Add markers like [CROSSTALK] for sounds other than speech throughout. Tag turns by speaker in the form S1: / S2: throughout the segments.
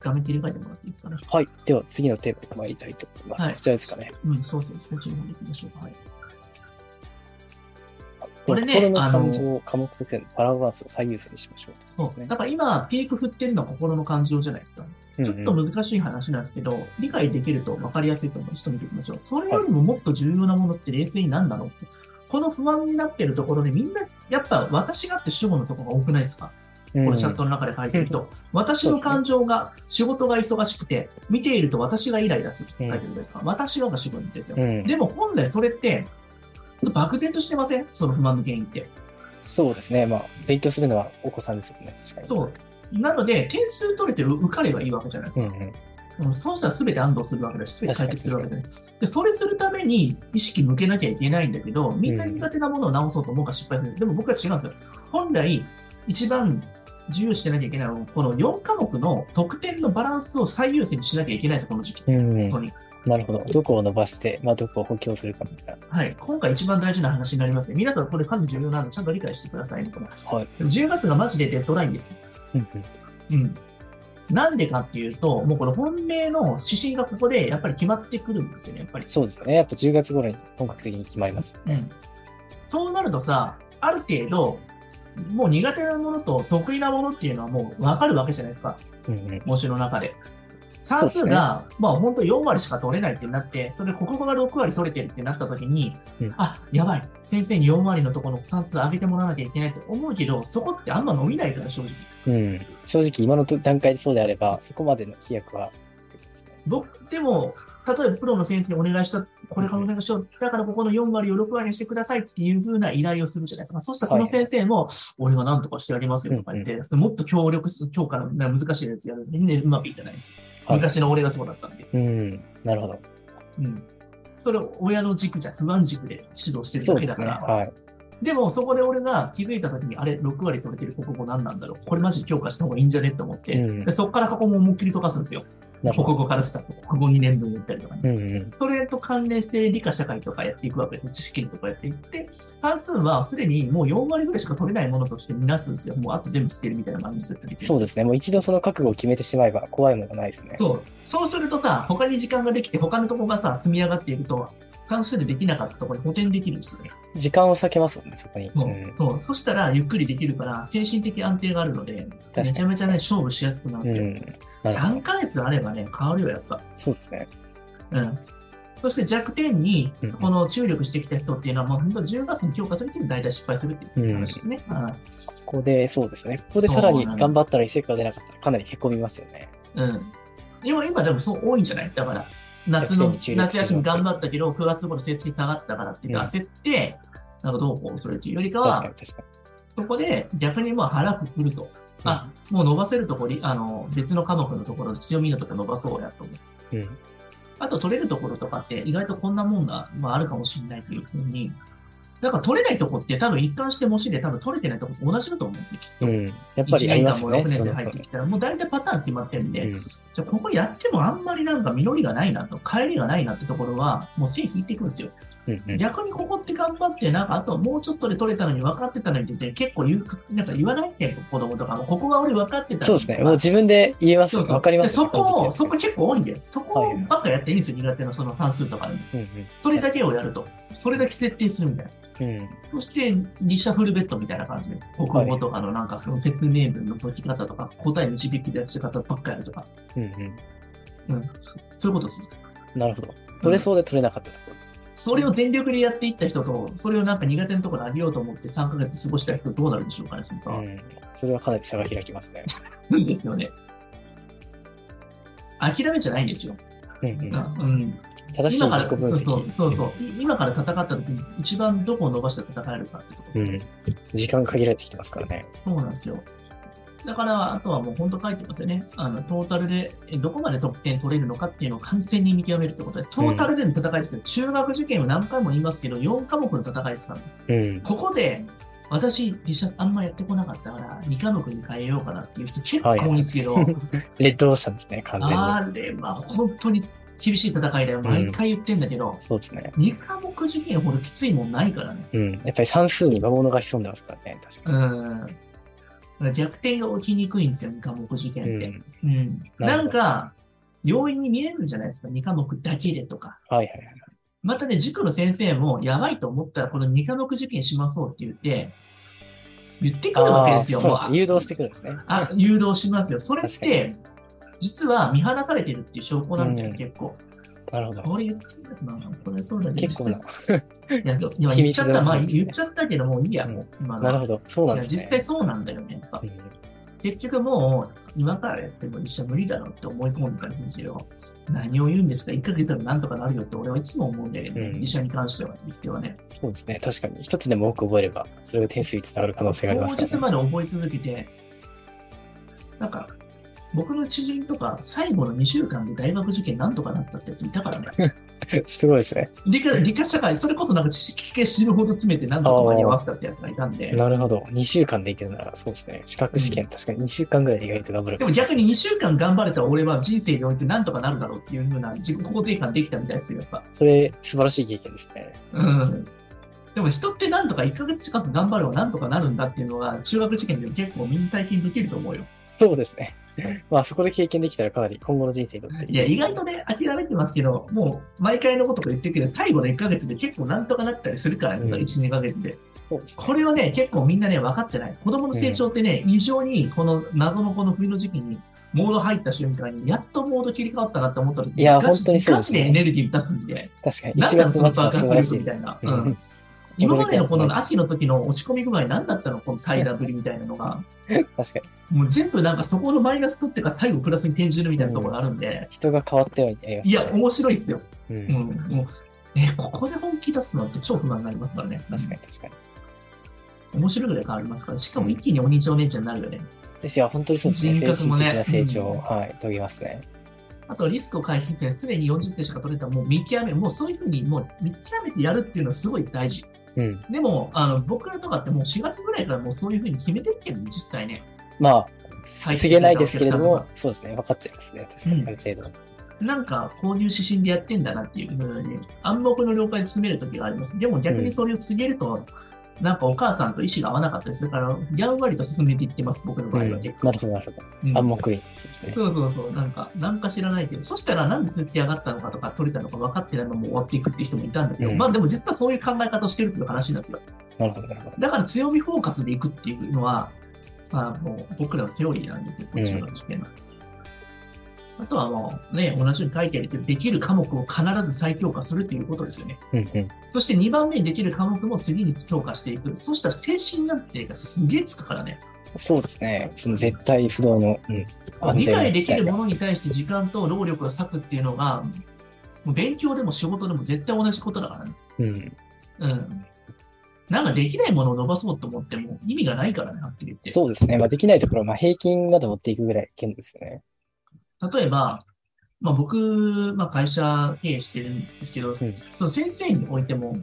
S1: 画面切り替えてもらっていいですかね。
S2: はい。では、次のテーマに参りたいと思います。
S1: はい
S2: こちらですかね。
S1: うん、そうそう、そっちの方でいきましょうか。はい。
S2: こ
S1: こ
S2: れ
S1: れね
S2: 心の
S1: あの
S2: 感情を科目得点のバランスを最優先にしましょうと
S1: そ
S2: いうこ
S1: う。
S2: とです
S1: だから今、ピーク振ってるのは心の感情じゃないですか。
S2: ね。
S1: ちょっと
S2: うんうん
S1: 難しい話なんですけど、理解できると分かりやすいと思う人見ていきましょう。それよりももっと重要なものって冷静に何なのって。この不安になってるところでみんな、やっぱ私がって主語のところが多くないですかこれチャットの中で書いてると、私の感情が、仕事が忙しくて、見ていると私がイライラするって書いてるんですか、私のが主語ですよ
S2: う。んうん
S1: でも本来それって、漠然としてませんその不満の原因って。
S2: そうですね。まあ、勉強するのはお子さんですよね。確かに。
S1: そう。なので、点数取れてる受かればいいわけじゃないです
S2: う
S1: か。
S2: んうん。
S1: うんそうしたら全て安堵するわけだし、全て解決するわけだし。で、それするために意識向けなきゃいけないんだけど、みんな苦手なものを直そうと思うから失敗する。でも僕は違うんですよ。本来、一番重視してなきゃいけないのは、この4科目の得点のバランスを最優先にしなきゃいけないんですよ、この時期。
S2: うんうん
S1: 本当に。
S2: なるほど。どこを伸ばして、まあ、どこを補強するかみたい
S1: はい。今回一番大事な話になりますね。皆さんこれかなり重要なので、ちゃんと理解してくださいね。
S2: な。はい。
S1: でも10月がマジでデッドラインです。
S2: うんう
S1: う
S2: ん
S1: ん。なんでかっていうと、もうこの本命の指針がここでやっぱり決まってくるんですよね、やっぱり。
S2: そうですね。やっぱ10月頃に本格的に決まります。
S1: うん、そうなるとさ、ある程度、もう苦手なものと得意なものっていうのはもう分かるわけじゃないですか、
S2: うんうん。
S1: 模試の中で。算数が、まあ本当4割しか取れないってなって、それで国語が6割取れてるってなった時に、
S2: うん
S1: あ、やばい、先生に4割のところの算数上げてもらわなきゃいけないと思うけど、そこってあんま伸びないから正直。
S2: うん、正直、今の段階でそうであれば、そこまでの飛躍は、
S1: 僕、でも、例えばプロの先生にお願いした、これからお願いしよう、だからここの4割を6割にしてくださいっていう風な依頼をするじゃないですか。そしたらその先生も、俺が何とかしてありますよとか言って、もっと協力する、強化の難しいやつやる全然うまくいかないです。
S2: はい
S1: 昔の俺がそうだったんで。
S2: うん、なるほど。
S1: うん。それを親の軸じゃ、不安軸で指導してる
S2: そ
S1: だ
S2: う
S1: け
S2: で
S1: だ
S2: す
S1: か
S2: ね。
S1: ら。
S2: はい。
S1: でも、そこで俺が気づいたときに、あれ、6割取れてる国語何なんだろうこれマジ強化した方がいいんじゃねって思って、
S2: うん
S1: でそこからここも思いっきり溶かすんですよ。
S2: なる
S1: 国
S2: ほど。
S1: 語からスタート、国語2年分言ったりとかね。
S2: うんうん。
S1: それと関連して理科社会とかやっていくわけですね。知識とかやっていって、算数はすでにもう4割ぐらいしか取れないものとして見なすんですよ。もうあと全部捨てるみたいな感じでずっとできる
S2: そうですね。もう一度その覚悟を決めてしまえば怖いものがないですね。
S1: そう。そうするとさ、他に時間ができて、他のとこがさ、積み上がっていくと、関数でできなかったところに補填できるんですよね。
S2: 時間を避けますもんね、そこに。
S1: そう。
S2: ん、
S1: そうそしたら、ゆっくりできるから、精神的安定があるので、め
S2: 確
S1: ち
S2: か
S1: ゃ
S2: に。
S1: めちゃね、勝負しやすくなるんです
S2: う
S1: よ。
S2: ん。なるほ
S1: 3
S2: ど。
S1: ヶ月あればね、変わるよ、やっぱ。
S2: そうですね。
S1: うんそして弱点に
S2: うん、
S1: この注力してきた人っていうのは、もう本当10月に強化するけど、大体失敗するっていう話ですね。はい
S2: ここで、そうですね。ここでさらに
S1: そうなんです
S2: 頑張ったのに成果が出なかったら、かなり凹みますよね。
S1: うん。でも今でもそう多いんじゃないだから、夏
S2: 弱点
S1: の、
S2: に注力す
S1: 夏休
S2: る
S1: み頑張ったけど、9月頃成績下がったからって言って焦って、なんかどうこうするっていうよりか
S2: 確か
S1: は
S2: に、確か
S1: そこで逆にまあ腹くくると。あ、もう伸ばせるところ、あの、別の科目のところ、強みのところ伸ばそうやと思う。
S2: に。うん。
S1: あと取れるところとかって意外とこんなもんが、まあ、あるかもしれないというふうに、だから取れないとこって多分一貫して模試で多分取れてないとこって同じだと思うんですよ、きっと。
S2: うん。やっぱ
S1: 1
S2: りあ
S1: 年
S2: りま
S1: 間
S2: す
S1: も
S2: よ
S1: 6
S2: ね。
S1: 年
S2: そ
S1: 生
S2: の
S1: 入ってきたら、もう大体パターン決まってるんで、
S2: うん
S1: じゃあここやってもあんまりなんか実りがないなと、帰りがないなってところは、もう線引いていくんですよ。
S2: うんうん。
S1: 逆にここって頑張って、なんかあともうちょっとで取れたのに分かってたのにって結構言う、なんか言わないって子供とかも、ここが俺分かってた
S2: そ
S1: の
S2: う
S1: に
S2: ですね。もう自分で言えますよ。わかります
S1: で
S2: よ
S1: そこを、そ
S2: 正
S1: こ結構多いんだよ。そこばっかやっていいんですよ、苦手なその関数とかでも。
S2: 直うんうん
S1: それだけをやると。それだけ設定するみたいな。
S2: うん、
S1: そして、リシャフルベッドみたいな感じで、国語とかのなんかその説明文の解き方とか、答え導き出し方ばっかやるとか、
S2: うん、うん。
S1: そういうことでする。
S2: なるほど。取れそうで取れなかったとこ
S1: それを全力でやっていった人と、それをなんか苦手なところにあげようと思って3ヶ月過ごした人どうなるんでしょうかね、その差
S2: ろ。
S1: は
S2: うん。それはかなり差が開きますね。
S1: いいですよね。諦めじゃないんですよ。
S2: うん
S1: う
S2: うんん。正しい
S1: 今から、
S2: 自己
S1: そ
S2: 分
S1: うそう、
S2: 析。
S1: そうそう。い今から戦った時に一番どこを伸ばして戦えるかってとこです
S2: う
S1: よね
S2: ん。時間限られてきてますからね。
S1: そうなんですよ。だから、あとはもう本当書いてますよね。あのトータルでえどこまで得点取れるのかっていうのを完全に見極めるってことで、トータルでの戦いですよ。中学受験を何回も言いますけど、4科目の戦いですから、ね、
S2: うん。
S1: ここで、私、リシャあんまやってこなかったから、2科目に変えようかなっていう人結構
S2: はい
S1: 多いんですけど、
S2: レッドオーシャンですね、完全に。
S1: あれは本当に厳しい戦いだよ。毎回言ってんだけど、
S2: そうですね。
S1: 二2科目受験ほどきついもんないからね。
S2: うん。やっぱり算数に魔物が潜んでますからね、確か
S1: うん。から逆転が起きにくいんですよ、2科目受験
S2: う
S1: って。
S2: ん。
S1: うん。
S2: なるほど
S1: なんか、容易に見えるんじゃないですか、2科目だけでとか。
S2: はいはいはい。
S1: またね、塾の先生も、やばいと思ったら、この2科目受験しましょうって言って、言ってくるわけですよ、
S2: あーそ
S1: も
S2: うですね。誘導してくるんですね。
S1: あ誘導しますよ。それっ
S2: 確か
S1: て、実は見放されてるっていう証拠なんだよ、
S2: うん
S1: 結構。
S2: なるほど。
S1: これ言ってたかなこれそうだね。
S2: 結構な。
S1: 実際いやそう今
S2: 秘
S1: 言っ
S2: 密
S1: ちゃ
S2: だ
S1: った、まあ
S2: そうですね
S1: 言っちゃったけど、もういいや、
S2: うん
S1: もう今のは。
S2: なるほど。そうなん
S1: い
S2: で
S1: や
S2: す
S1: 実
S2: ね。
S1: 際そうなんだよね、やっぱ。
S2: うん
S1: 結局もう、今からやっても医者無理だろうって思い込んでたんですけど、何を言うんですか、1ヶ月でもなんとかなるよって俺はいつも思うんだけど、
S2: うん
S1: 医者に関しては言ってはね。
S2: そうですね。確かに。一つでも多く覚えれば、それが点数につながる可能性があり
S1: 当
S2: ますから、
S1: 日
S2: ね。
S1: まで覚え続けて、なんか、僕の知人とか、最後の2週間で大学受験なんとかなったってやついたからね。
S2: [LAUGHS] すごいですね。
S1: 理科理科社会、それこそなんか知識系死ぬほど詰めてなんとか間に合わせたってやつがいたんで、
S2: なるほど。2週間でいけるなら、そうですね。資格試験、確かに2週間ぐらいで意外と頑張る。
S1: でも逆に2週間頑張れた俺は人生においてなんとかなるだろうっていうふうな自己肯定感できたみたいですよ、やっぱ。
S2: それ、素晴らしい経験ですね。
S1: うんでも人ってなんとか1ヶ月近く頑張ればなんとかなるんだっていうのは中学受験でも結構みんな体験できると思うよ。
S2: そうですね。まあ、そこで経験できたら、かなり今後の人生にとって
S1: いや、意外とね、諦めてますけど、もう毎回のことか言ってるけど、最後の1ヶ月で結構なんとかなったりするから、ね
S2: うん
S1: 1、2ヶ月で。
S2: そうですね
S1: これはね、結構みんなね、分かってない。子供の成長ってね、異常にこの謎のこの冬の時期に、モード入った瞬間に、やっとモード切り替わったなって思った時
S2: いや
S1: ガチ
S2: 本当にそう
S1: ガ
S2: です
S1: チ
S2: ね
S1: でエネルギー出すんで、
S2: 確かに。
S1: なん
S2: 1
S1: だ
S2: 月末
S1: その
S2: は
S1: 爆
S2: 素晴
S1: 発
S2: らし
S1: 力
S2: い
S1: み。たいな。
S2: う
S1: うん
S2: ん
S1: 今までのこの秋の時の落ち込み具合、何だったのこの怠惰ぶりみたいなのが、
S2: 確かに。
S1: もう全部なんかそこのマイナス取ってから最後プラスに転じるみたいなところがあるんで、
S2: 人が変わってはいけない。
S1: いや、面白いですよ。
S2: う
S1: うん
S2: ん。
S1: もうえ、ここで本気出すのって超不満になりますからね。
S2: 確かに、確かに。
S1: に。面白いぐらい変わりますから、しかも一気にお兄ちゃんお姉ちゃんになるよね。
S2: ですよ、本当にそうですね。
S1: 人
S2: 精
S1: 格も
S2: 神
S1: ね
S2: 的な成長
S1: うん
S2: を、はい、遂げますね。
S1: あとリスクを回避して、すでに40点しか取れたらもう見極め、もうそういうふうにもう見極めてやるっていうのはすごい大事。
S2: うん。
S1: でも、あの僕らとかってもう4月ぐらいからもうそういうふうに決めてるけどね、実際ね。
S2: まあ、
S1: は
S2: す
S1: い
S2: すげないですけれど
S1: お客
S2: も
S1: 様、
S2: そうですね、分かっちゃいますね。確か
S1: う
S2: に、
S1: ん
S2: ある程度。
S1: なんか、こういう指針でやってんだなっていうのに、暗黙の了解で進める時があります。でも逆にそれを告げると、なんかお母さんと意思が合わなかったりするから、やんわりと進めていってます、僕の
S2: う
S1: 場合
S2: ん。
S1: は
S2: なる
S1: 結
S2: ほ
S1: 構。
S2: ど、なるほど。
S1: うん
S2: 暗黙に。そうですね。
S1: そうそうそう、なんか、なんか知らないけど、そしたらなんで出来上がったのかとか、取れたのか分かってないまま終わっていくっていう人もいたんだけど、
S2: うん
S1: まあでも実はそういう考え方をしてるっていう話なんですよ。
S2: なるほど、なるほど。
S1: だから強みフォーカスでいくっていうのは、まあ、もう僕らのセオリーなんで、結構中学受験の。あとはもうね、同じように書いてあるけど、できる科目を必ず再強化するっていうことですよね。
S2: うんうん。
S1: そして2番目にできる科目も次に強化していく。そしたら精神安定がすげえつくからね。
S2: そうですね。その絶対不動の、うん、安
S1: 理
S2: 全
S1: 解
S2: な
S1: で
S2: 地
S1: きる
S2: 帯が
S1: ものに対して時間と労力が割くっていうのが、もう勉強でも仕事でも絶対同じことだからね。
S2: う
S1: う
S2: ん。
S1: ん。なんかできないものを伸ばそうと思っても意味がないからね、はっきり言って。
S2: そうですね。まあ、できないところは、まあ、平均まで持っていくぐらいいけるんですよね。
S1: 例えば、まあ、僕、まあ、会社経営してるんですけど、その先生においても、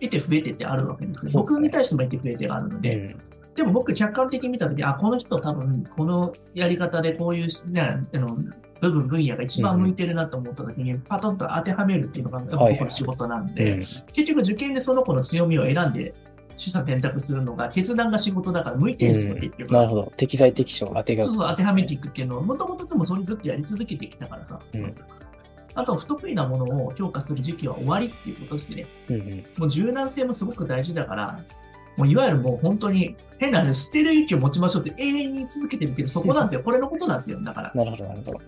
S1: 得て不得てってあるわけですよ。
S2: そうですね
S1: 僕に対しても得て不得てがあるの
S2: う
S1: で、
S2: ん。
S1: でも僕、客観的に見たとき、あ、この人多分、このやり方でこういう、ね、あの部分、分野が一番向いてるなと思ったときに、パトンと当てはめるっていうのが
S2: はい
S1: 僕の仕事なんで、
S2: うん。
S1: 結局受験でその子の強みを選んで、取捨選択するのが、決断が仕事だから向いてるんですよ、
S2: うん
S1: 結局。
S2: なるほど。適材適所を当てがう
S1: そうそう当てはめていくっていうのを、もともとでもそれずっとやり続けてきたからさ。
S2: うん
S1: あと、不得意なものを強化する時期は終わりっていうことですね。
S2: うんうん。
S1: もう柔軟性もすごく大事だから、もういわゆるもう本当に変な話、捨てる勇気を持ちましょうって永遠に続けてるけど、そこなんですよ。これのことなんですよ。だか
S2: なるほど、なるほど。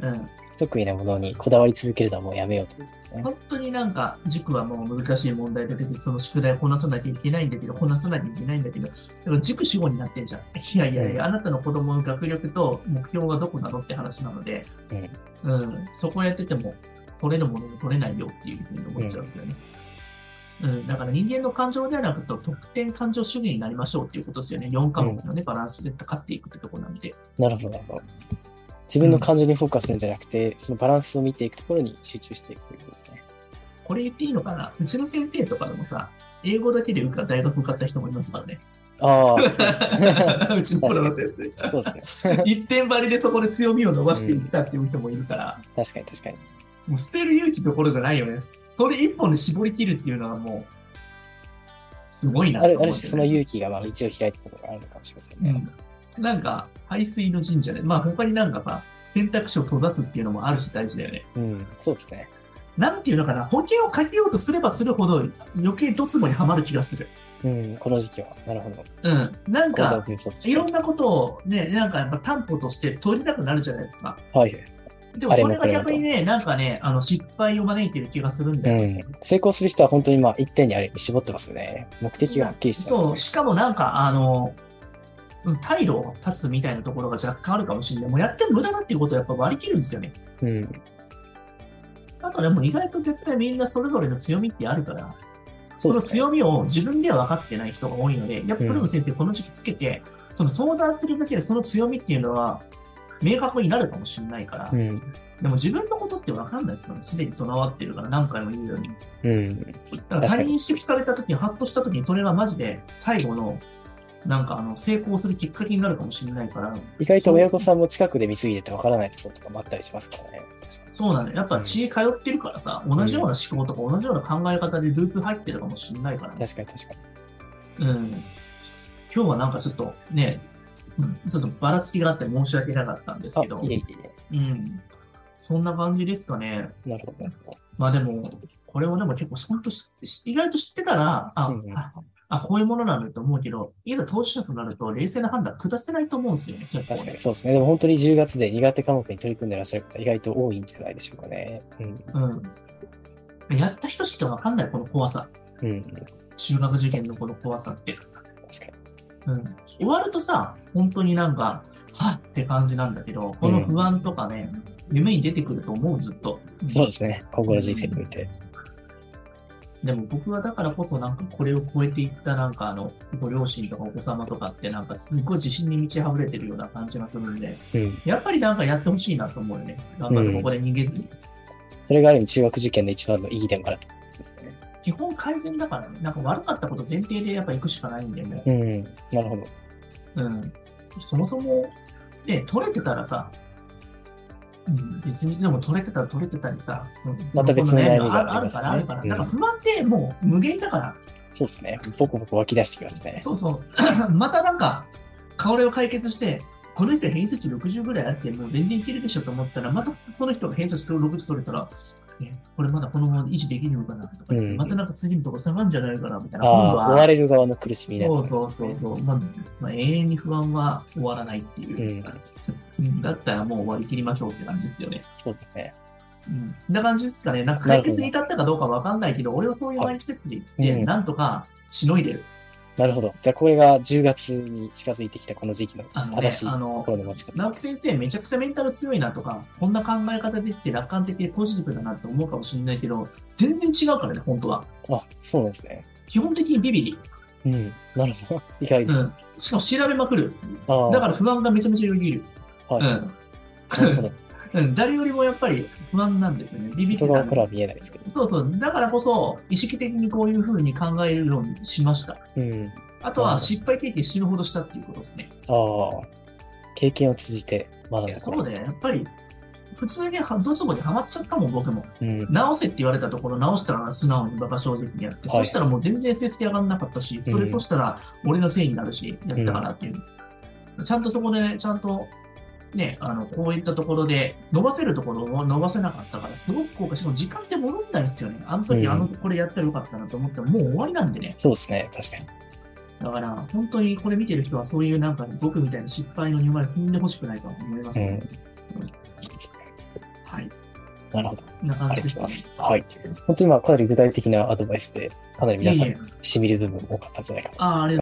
S1: ら。うん。
S2: 不得意なものにこだわり続けるのはもうやめようということですね。
S1: 本当になんか、塾はもう難しい問題が出てて、その宿題をこなさなきゃいけないんだけど、こなさなきゃいけないんだけど、だから塾主語になってんじゃん。いやいやいや、あなたの子供の学力と目標がどこなのって話なので、うん、そこやってても、取れるものも取れないよっていうふうに思っちゃうんですよね。うん、だから人間の感情ではなくて、得点感情主義になりましょうっていうことですよね。4科目のね、バランスで戦っていくってところなんで。
S2: なるほど、なるほど。自分の感情にフォーカスするんじゃなくて、そのバランスを見ていくところに集中していくということですね。
S1: これ言っていいのかなうちの先生とかでもさ、英語だけで受か大学受かった人もいますからね。
S2: ああ、
S1: うちの子供先生。
S2: そうですね。
S1: 一点張りでそこで強みを伸ばしていったっていう人もいるから、
S2: 確かに確かに。
S1: もう捨てる勇気どころじゃないよね。それ一本で絞り切るっていうのはもう、すごいな
S2: あ
S1: と
S2: る
S1: 思
S2: あ
S1: う
S2: る
S1: ん
S2: 種
S1: です
S2: そ
S1: よ
S2: の
S1: ね
S2: 勇気がまあ道を開いたところがあるのかもしれませんね。
S1: うんなんか、排水の神社で、まあ他になんかさ、選択肢を閉ざすっていうのもあるし大事だよね。
S2: うん、そうですね。
S1: なんていうのかな、保険をかけようとすればするほど余計ドツボにはまる気がする。
S2: うん、この時期は。なるほど。
S1: うん。なん
S2: 講座を
S1: か、
S2: 転送して
S1: いろんなことをね、なんかやっぱ担保として取りたくなるじゃないですか。
S2: はい。
S1: でも
S2: あれ
S1: そ
S2: も
S1: れが逆にね、なんかね、あの失敗を招いてる気がするん
S2: う
S1: だよね。
S2: ん。成功する人は本当にまあ一点にあれ絞ってますよね。目的がはっきりして
S1: そう、
S2: ます、
S1: しかもなんか、あの、うん退路を断つみたいなところが若干あるかもしれない。もうやっても無駄だっていうことをやっぱ割り切るんですよね。
S2: ね。うん。
S1: あとね、もう意外と絶対みんなそれぞれの強みってあるから、
S2: そ
S1: そう
S2: で
S1: の
S2: すね。
S1: 強みを自分では分かってない人が多いので、やっぱプロの先生、この時期つけて、その相談するだけでその強みっていうのは、明確になるかもしれないから、
S2: うん。
S1: でも自分のことって分かんないですよね。すでに備わってるから、何回も言うように。
S2: うん。
S1: だから他人に指摘された時に、ハッとした時に、それがマジで最後の、なんかあの、成功するきっかけになるかもしれないから、
S2: 意外と親御さんも近くで見すぎててわからないところとかもあったりしますからね。確かに
S1: そうなのよ。やっぱ血通ってるからさ、同じような思考とか同じような考え方でループ入ってるかもしれないからね。
S2: 確かに確かに。
S1: うん。今日はなんかちょっとね、うんちょっとばらつきがあって申し訳なかったんですけど
S2: あ、、いえいえいえ。
S1: うん。そんな感じですかね。
S2: なるほどなるほど。
S1: まあでも、これをでも結構、ちゃんとし意外と知ってたら、あ、
S2: うんうん
S1: ああこういうものなんだと思うけど、いざ当事者となると冷静な判断下せないと思うんですよね、結構ね
S2: 確かにそうですね。でも本当に10月で苦手科目に取り組んでらっしゃる方意外と多いんじゃないでしょうかね。うん。
S1: うん。やった人しかわかんない、この怖さ。
S2: うん。
S1: 中学受験のこの怖さって。
S2: 確かに。
S1: うん、終わるとさ、本当になんか、はっって感じなんだけど、この不安とかね、夢に出てくると思う、ずっと。
S2: そうですね。今後の人生において。
S1: でも僕はだからこそ、なんかこれを超えていった、なんかあの、ご両親とかお子様とかって、なんかすごい自信に満ち溢れてるような感じがするんで、
S2: うん。
S1: やっぱりなんかやってほしいなと思うよね。頑張ってここで逃げずに。
S2: それがある意味中学受験の一番の意義でもあると思いますね。
S1: 基本改善だからね、なんか悪かったこと前提でやっぱ行くしかないんだよね。
S2: うん。なるほど。
S1: うん、そもそも、ね、取れてたらさ、うん、別に、でも取れてたら取れてたりさ、その
S2: また別の悩
S1: こ
S2: みが
S1: のあるあるから、あ
S2: あり
S1: る
S2: ますよね
S1: から、
S2: うん
S1: なんか不満ってもう無限だから、
S2: そうですね。ボコボコ湧き出してきますね。
S1: そう
S2: [LAUGHS]
S1: そう、またなんか、これを解決して、この人偏差値60ぐらいあって、もう全然いけるでしょと思ったら、またその人が偏差値60取れたら、えこれまだこのまま維持できるのかなとか言って、
S2: うん
S1: またなんか次のとこ下がるんじゃないかなみたいな、
S2: あ
S1: 今度
S2: あ、追わ
S1: は、
S2: れる側の苦しみだ
S1: そうそうそうそう、まあまあ、永遠に不安は終わらないっていう。
S2: うん。
S1: うんだったらもう終わり切りましょうって感じですよね。
S2: そうですね。
S1: うん。そんな感じですかね。なんか
S2: な
S1: 解
S2: るほど
S1: 決に至ったかどうかわかんないけど、俺はそういうマインドセットでいって、
S2: うん
S1: なんとかしのいでる。
S2: なるほど。じゃあこれが10月に近づいてきたこの時期の
S1: あのね
S2: 正しい
S1: あの
S2: 心の持ち方。
S1: 直木先生めちゃくちゃメンタル強いなとか、こんな考え方でって楽観的でポジティブだなって思うかもしれないけど、全然違うからね、本当は。
S2: あ、そうなんですね。
S1: 基本的にビビり。
S2: うん。なるほど。意外で
S1: う
S2: す。
S1: ん。しかも調べまくる。
S2: ああ。
S1: だから不安がめちゃめちゃよぎる。
S2: ら、はい。なるほど。
S1: [LAUGHS] うん。うん。誰よりもやっぱり不安なんですよね。ビビって
S2: 人
S1: た
S2: 側
S1: ん
S2: か
S1: で
S2: らは見えないですけど。
S1: そうそう。だからこそ、意識的にこういうふうに考えるようにしました。
S2: うん。
S1: あとは失敗経験死ぬほどしたっていうことですね。
S2: ああ。経験を通じて学んだこと
S1: そうだよ、やっぱり。普通にはドツボにはまっちゃったもん、僕も。
S2: うん。
S1: 直せって言われたところ、直したら素直に馬鹿正直にやって、
S2: はい
S1: そしたらもう全然成績上がんなかったし、それ
S2: うん
S1: そしたら俺のせいになるし、やったからっていう。ちゃんとそこで、ね、ちゃんと、ね、あの、こういったところで、伸ばせるところを伸ばせなかったから、すごく後悔しかも時間って戻んないんですよね。あの時、
S2: うん
S1: あの、これやったらよかったなと思っても、もう終わりなんでね。
S2: そうですね。確かに。
S1: だから、本当にこれ見てる人は、そういうなんか、僕みたいな失敗の2枚踏んでほしくないと思います、
S2: うん。いい
S1: ね
S2: ですね。
S1: はい。
S2: なるほど。
S1: こんな感
S2: あ
S1: じ
S2: り
S1: で
S2: が
S1: す
S2: と
S1: ね
S2: うございます。はい。本当に今かなり具体的なアドバイスで、かなり皆さん
S1: いえいえ
S2: しみる部分多かったんじゃないかな
S1: あーありがとうございます